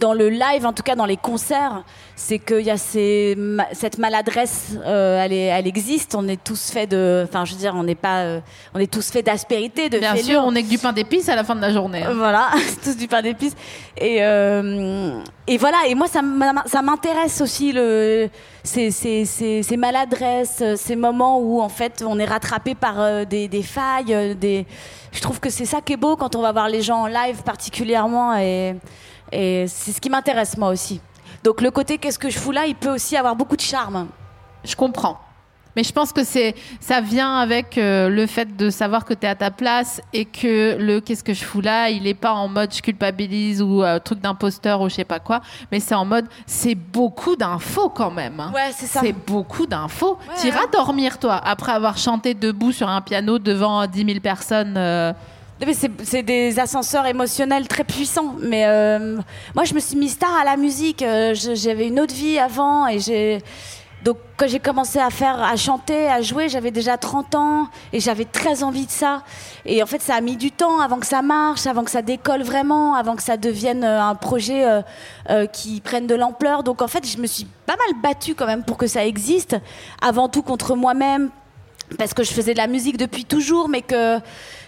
Speaker 3: dans le live, en tout cas dans les concerts, c'est qu'il y a ces, ma- cette maladresse, euh, elle, est- elle existe. On est tous faits de. Enfin, je veux dire, on n'est pas. euh, on est tous faits d'aspérité, de
Speaker 2: Bien
Speaker 3: fêlure.
Speaker 2: sûr, on est que du pain d'épices à la fin de la journée. hein.
Speaker 3: Euh, Voilà, (laughs) c'est tous du pain d'épices. Et, euh, et voilà, et moi, ça m'a- ça m'intéresse aussi le, ces, ces, ces, ces maladresses, euh, ces moments où, en fait, on est rattrapé par euh, des, des failles. euh, Des... Je trouve que c'est ça qui est beau quand on va voir les gens en live particulièrement. Et, et c'est ce qui m'intéresse, moi aussi. Donc, le côté qu'est-ce que je fous là, il peut aussi avoir beaucoup de charme.
Speaker 2: Je comprends. Mais je pense que c'est ça vient avec euh, le fait de savoir que tu es à ta place et que le qu'est-ce que je fous là, il est pas en mode je culpabilise ou euh, truc d'imposteur ou je sais pas quoi, mais c'est en mode c'est beaucoup d'infos quand même. hein.
Speaker 3: Ouais, c'est ça. hein.
Speaker 2: C'est beaucoup d'infos. T'iras dormir toi après avoir chanté debout sur un piano devant 10 000 personnes. euh,
Speaker 3: Non, mais C'est c'est des ascenseurs émotionnels très puissants. Mais euh, moi, je me suis mise star à la musique. Euh, je- J'avais une autre vie avant. Et j'ai. Donc, quand j'ai commencé à faire, à chanter, à jouer, j'avais déjà 30 ans et j'avais très envie de ça. Et en fait, ça a mis du temps avant que ça marche, avant que ça décolle vraiment, avant que ça devienne euh, un projet euh, euh, qui prenne de l'ampleur. Donc, en fait, je me suis pas mal battue quand même pour que ça existe. Avant tout contre moi-même, parce que je faisais de la musique depuis toujours, mais que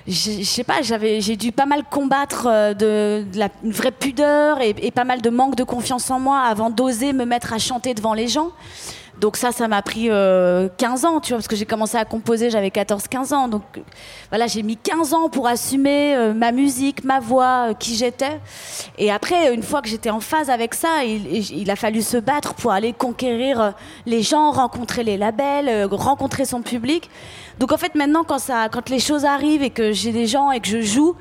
Speaker 3: je je sais pas, j'avais, j'ai dû pas mal combattre euh, de, de la une vraie pudeur et, et pas mal de manque de confiance en moi avant d'oser me mettre à chanter devant les gens. Donc ça, ça m'a pris euh, 15 ans, tu vois, parce que j'ai commencé à composer, j'avais 14-15 ans. Donc euh, voilà, j'ai mis 15 ans pour assumer euh, ma musique, ma voix, euh, qui j'étais. Et après, une fois que j'étais en phase avec ça, il, il- il a fallu se battre pour aller conquérir euh, les gens, rencontrer les labels, euh, rencontrer son public. Donc en fait, maintenant, quand, ça, quand les choses arrivent et que j'ai des gens et que je joue,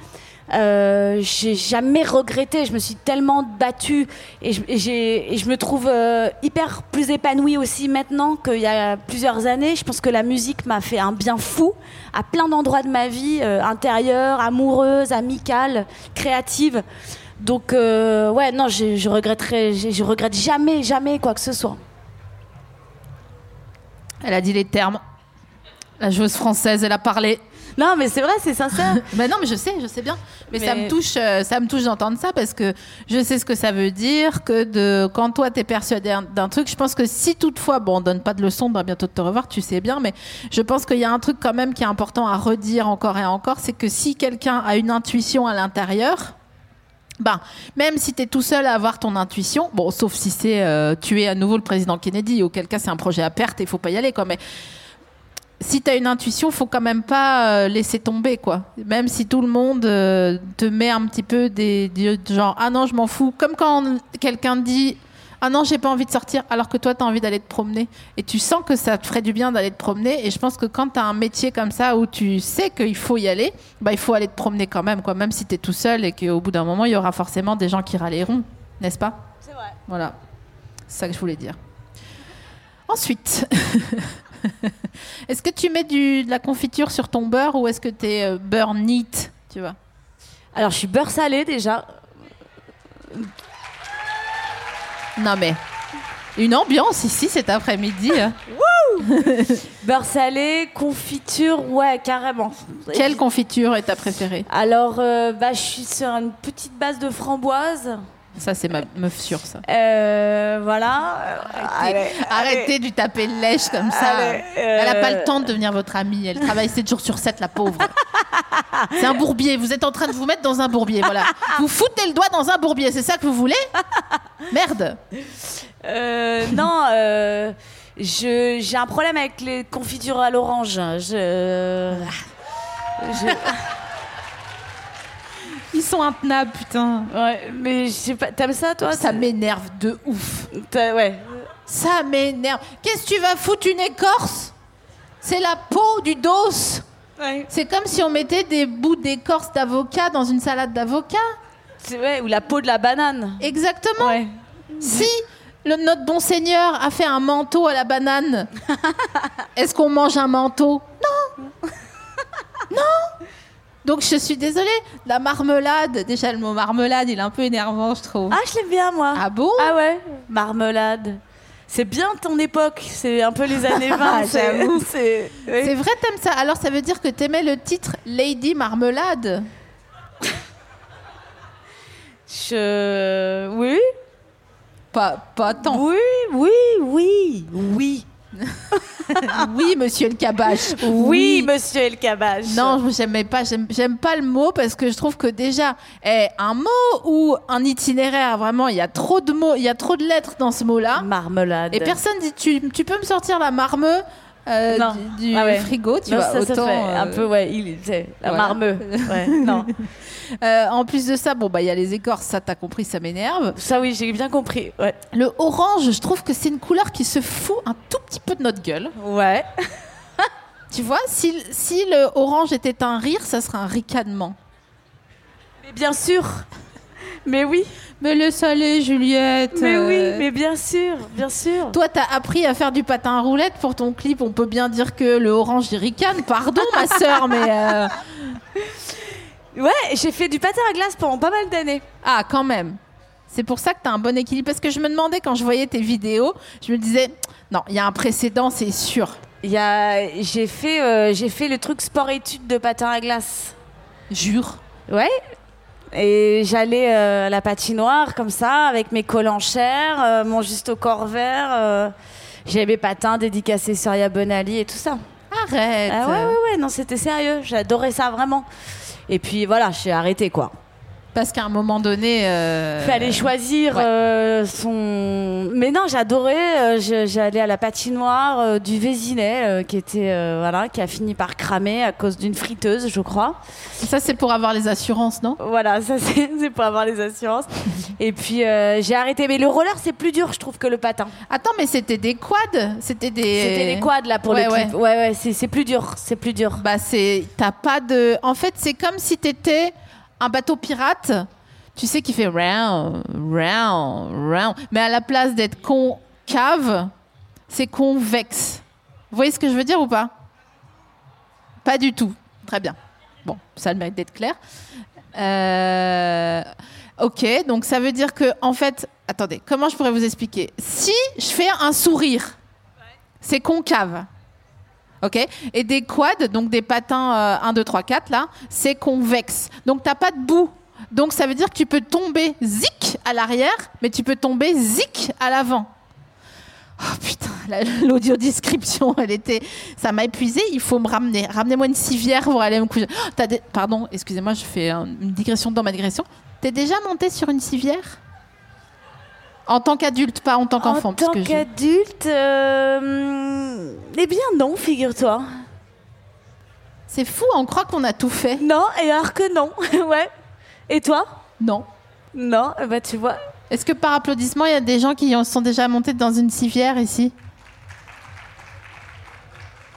Speaker 3: euh, j'ai jamais regretté. Je me suis tellement battue et je, et j'ai- et je me trouve euh, hyper plus épanouie aussi maintenant qu'il y a plusieurs années. Je pense que la musique m'a fait un bien fou à plein d'endroits de ma vie, euh, intérieure, amoureuse, amicale, créative. Donc, euh, ouais, non, je, je regretterai, je, je regrette jamais, jamais quoi que ce soit.
Speaker 2: Elle a dit les termes. La joueuse française, elle a parlé.
Speaker 3: Non, mais c'est vrai, c'est sincère.
Speaker 2: (laughs) Ben non, mais je sais, je sais bien. Mais, ça
Speaker 3: Mais-
Speaker 2: me touche, euh, ça me touche d'entendre ça parce que je sais ce que ça veut dire que de quand toi t'es persuadé d'un- d'un truc, je pense que si toutefois, bon, on donne pas de leçon, on va bientôt te revoir, tu sais bien, mais je pense qu'il y a un truc quand même qui est important à redire encore et encore, c'est que si quelqu'un a une intuition à l'intérieur. Ben, même si tu es tout seul à avoir ton intuition, bon, sauf si c'est euh, tuer à nouveau le président Kennedy, auquel cas c'est un projet à perte et il faut pas y aller, quoi. Mais si t'as une intuition, faut quand même pas euh, laisser tomber, quoi. Même si tout le monde euh, te met un petit peu des, des- genre ah non je m'en fous, comme quand quelqu'un dit ah non j'ai pas envie de sortir, alors que toi t'as envie d'aller te promener et tu sens que ça te ferait du bien d'aller te promener et je pense que quand t'as un métier comme ça où tu sais qu'il faut y aller, bah il faut aller te promener quand même, quoi. Même si t'es tout seul et qu'au bout d'un moment il y aura forcément des gens qui râleront, n'est-ce pas
Speaker 3: C'est vrai.
Speaker 2: Voilà, c'est ça que je voulais dire. Ensuite. Est-ce que tu mets du, de la confiture sur ton beurre ou est-ce que tu es beurre neat tu vois
Speaker 3: Alors, je suis beurre salé déjà.
Speaker 2: Non mais une ambiance ici cet après-midi.
Speaker 3: (laughs)
Speaker 2: hein.
Speaker 3: Beurre salé, confiture, ouais, carrément.
Speaker 2: Quelle confiture est ta préférée
Speaker 3: Alors, euh, bah, je suis sur une petite base de framboise.
Speaker 2: Ça c'est ma meuf sûre ça.
Speaker 3: Euh, voilà.
Speaker 2: Arrêtez de lui taper le lèche comme ça. hein.
Speaker 3: Allez, euh,
Speaker 2: Elle n'a pas le temps de devenir votre amie. Elle travaille 7 jours sur 7, la pauvre. C'est un bourbier. Vous êtes en train de vous mettre dans un bourbier. Voilà. Vous foutez le doigt dans un bourbier. C'est ça que vous voulez Merde.
Speaker 3: Euh, non, euh, je- j'ai un problème avec les confitures à l'orange. Je.
Speaker 2: (laughs)
Speaker 3: je-
Speaker 2: Ils sont intenables, putain.
Speaker 3: ouais, mais je sais pas. T'aimes ça, toi
Speaker 2: Ça m'énerve de ouf.
Speaker 3: T'as- Ouais.
Speaker 2: Ça m'énerve. Qu'est-ce que tu vas foutre une écorce C'est la peau du dos.
Speaker 3: Ouais.
Speaker 2: C'est comme si on mettait des bouts d'écorce d'avocat dans une salade d'avocat.
Speaker 3: C'est- ouais, Ou la peau de la banane.
Speaker 2: Exactement.
Speaker 3: Ouais.
Speaker 2: Si le, notre bon Seigneur a fait un manteau à la
Speaker 3: (laughs)
Speaker 2: banane, est-ce qu'on mange un manteau Non. Non. Donc je suis désolée. La marmelade, déjà le mot marmelade, il est un peu énervant, je trouve.
Speaker 3: Ah, je l'aime bien, moi.
Speaker 2: Ah bon
Speaker 3: Ah ouais Marmelade. C'est bien ton époque. C'est un peu les années (laughs) 20. c'est-
Speaker 2: J'avoue.
Speaker 3: Ah, C'est. ouais.
Speaker 2: C'est vrai, t'aimes ça. Alors ça veut dire que t'aimais le titre Lady Marmelade
Speaker 3: Je. Oui
Speaker 2: Pas, pas tant.
Speaker 3: Oui, oui, oui. Oui.
Speaker 2: (laughs) Oui, monsieur le cabache.
Speaker 3: Oui, monsieur El Kabach.
Speaker 2: Non, j'aimais pas, j'aime j'aime pas le mot parce que je trouve que déjà, eh, un mot ou un itinéraire, vraiment, il y a trop de mots, il y a trop de lettres dans ce
Speaker 3: Hein
Speaker 2: mot-là.
Speaker 3: Marmelade.
Speaker 2: Et personne dit, tu, tu peux me sortir la marmeux euh,
Speaker 3: Non.
Speaker 2: du, du
Speaker 3: Ah ouais.
Speaker 2: frigo, tu
Speaker 3: Non,
Speaker 2: vois.
Speaker 3: ça se
Speaker 2: autant,
Speaker 3: fait
Speaker 2: euh,
Speaker 3: un peu, ouais, il c'est la
Speaker 2: voilà.
Speaker 3: marmeux. (laughs) Ouais, non.
Speaker 2: euh, en plus de ça, bon, bah, il y a les écorces, ça t'as compris, ça m'énerve.
Speaker 3: Ça, oui, j'ai bien compris. Ouais.
Speaker 2: Le orange, je trouve que c'est une couleur qui se fout un tout petit peu de notre gueule.
Speaker 3: Ouais.
Speaker 2: Tu vois, si, si le orange était un rire, ça serait un ricanement.
Speaker 3: Mais bien sûr. Mais oui,
Speaker 2: Mais le soleil, Juliette.
Speaker 3: mais
Speaker 2: euh,
Speaker 3: oui, mais bien sûr, bien sûr.
Speaker 2: Toi, t'as appris à faire du patin à roulette pour ton clip. On peut bien dire que le orange il ricane. Pardon, (laughs) ma sœur, mais euh,
Speaker 3: Ouais, j'ai fait du patin à glace pendant pas mal d'années.
Speaker 2: ah, quand même. C'est pour ça que t'as un bon équilibre. Parce que je me demandais quand je voyais tes vidéos, je me disais non, il y a un précédent, c'est sûr.
Speaker 3: Il y a, j'ai fait, euh, j'ai fait le truc sport-études de patin à glace.
Speaker 2: Jure.
Speaker 3: Ouais. Et j'allais euh, à la patinoire comme ça, avec mes collants chers, euh, mon juste au corps vert. euh, j'avais mes patins dédicacés Soria Bonali et tout ça.
Speaker 2: Arrête.
Speaker 3: Ah ouais, ouais, ouais, non, c'était sérieux. J'adorais ça vraiment. Et puis voilà, j'ai arrêté quoi.
Speaker 2: Parce qu'à un moment donné, euh,
Speaker 3: Il Fallait choisir
Speaker 2: ouais.
Speaker 3: euh, son. Mais non, j'adorais. euh, je- J'allais à la patinoire euh, du Vésinet, euh, qui était euh, voilà, qui a fini par cramer à cause d'une friteuse, je crois.
Speaker 2: ça c'est pour avoir les assurances, non
Speaker 3: Voilà, ça (laughs) c'est c'est pour avoir les assurances. Et puis euh, j'ai arrêté. Mais le roller, c'est plus dur, je trouve, que le patin.
Speaker 2: Attends, mais c'était des quads, c'était des.
Speaker 3: C'était les quads là pour
Speaker 2: Ouais,
Speaker 3: le
Speaker 2: ouais.
Speaker 3: clip. Ouais, ouais, c'est c'est plus dur, c'est plus dur.
Speaker 2: Bah c'est t'as pas de en fait c'est comme si t'étais un bateau pirate tu sais qui fait round round round mais à la place d'être concave c'est convexe vous voyez ce que je veux dire ou pas pas du tout très bien bon ça a le mérite d'être clair Euh, Ok, donc ça veut dire que, en fait, attendez, comment je pourrais vous expliquer Si je fais un sourire, c'est concave. Ok Et des quads, donc des patins euh, 1, 2, 3, 4, là, c'est convexe. Donc t'as pas de bout. Donc ça veut dire que tu peux tomber zic à l'arrière, mais tu peux tomber zic à l'avant. Oh putain, la- (laughs) l'audio description, (laughs) elle était, ça m'a épuisé. Il faut me ramener, ramenez-moi une civière pour aller me coucher. Oh, t'as des- Pardon, excusez-moi, je fais un- une digression dans ma digression. T'es déjà monté sur une civière En tant qu'adulte, pas en tant qu'enfant.
Speaker 3: en
Speaker 2: parce
Speaker 3: tant
Speaker 2: que je-
Speaker 3: qu'adulte, euh, eh bien non, figure-toi.
Speaker 2: C'est fou, on croit qu'on a tout fait.
Speaker 3: Non, et alors que non, (laughs) ouais. Et toi
Speaker 2: Non.
Speaker 3: Non, eh ben, tu vois.
Speaker 2: Est-ce que par applaudissement, il y a des gens qui en sont déjà montés dans une civière ici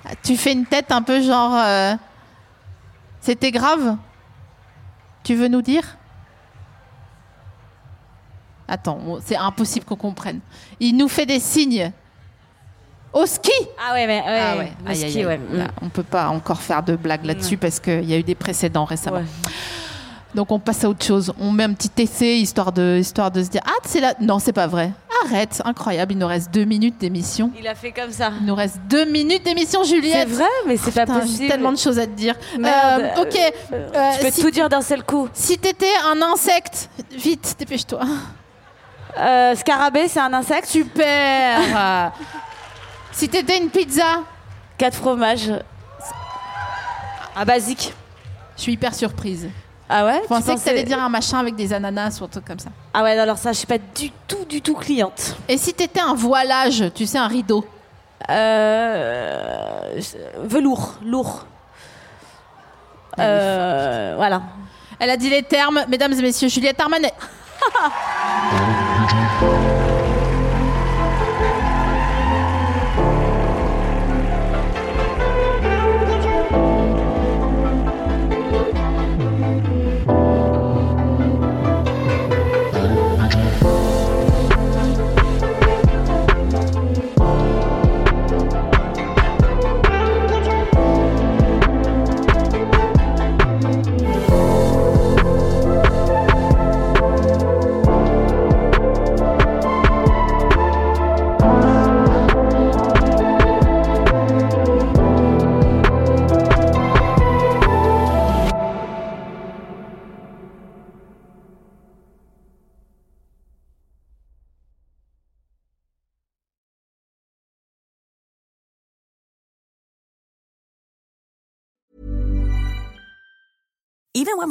Speaker 2: Ah, Tu fais une tête un peu genre. euh, C'était grave Tu veux nous dire Attends, on- c'est impossible qu'on comprenne. Il nous fait des signes. Au ski
Speaker 3: Ah ouais, mais ouais,
Speaker 2: Ah ouais,
Speaker 3: le
Speaker 2: aïe, aïe,
Speaker 3: ski,
Speaker 2: aïe. Ah.
Speaker 3: ouais.
Speaker 2: Là, on peut pas encore faire de blagues là-dessus parce qu'il y a eu des précédents récemment.
Speaker 3: Ouais.
Speaker 2: Donc on passe à autre chose. On met un petit essai histoire de, histoire de se dire ah c'est là. Non c'est pas vrai. Arrête, incroyable. Il nous reste deux minutes d'émission.
Speaker 3: Il a fait comme ça.
Speaker 2: Il nous reste deux minutes d'émission,
Speaker 3: C'est
Speaker 2: Juliette.
Speaker 3: vrai, mais c'est pas
Speaker 2: Putain,
Speaker 3: possible.
Speaker 2: J'ai tellement de choses à te dire.
Speaker 3: Merde.
Speaker 2: Euh, ok.
Speaker 3: Euh,
Speaker 2: Euh,
Speaker 3: tu peux
Speaker 2: si
Speaker 3: tout dire d'un seul coup.
Speaker 2: si t'étais un insecte, vite dépêche-toi.
Speaker 3: Euh, scarabée, c'est un insecte.
Speaker 2: Super. si t'étais une pizza,
Speaker 3: Quatre fromages. Un basique.
Speaker 2: je suis hyper surprise.
Speaker 3: Ah ouais tu
Speaker 2: Je pensais que
Speaker 3: pensais-
Speaker 2: t'allais dire un machin avec des ananas ou un truc comme ça.
Speaker 3: Ah ouais, alors ça, je suis pas du tout, du tout cliente.
Speaker 2: Et si t'étais un voilage, tu sais un rideau.
Speaker 3: Euh, Velours, lourd. Euh, voilà.
Speaker 2: Elle a dit les termes, mesdames et messieurs, Juliette Armanet.
Speaker 6: Even when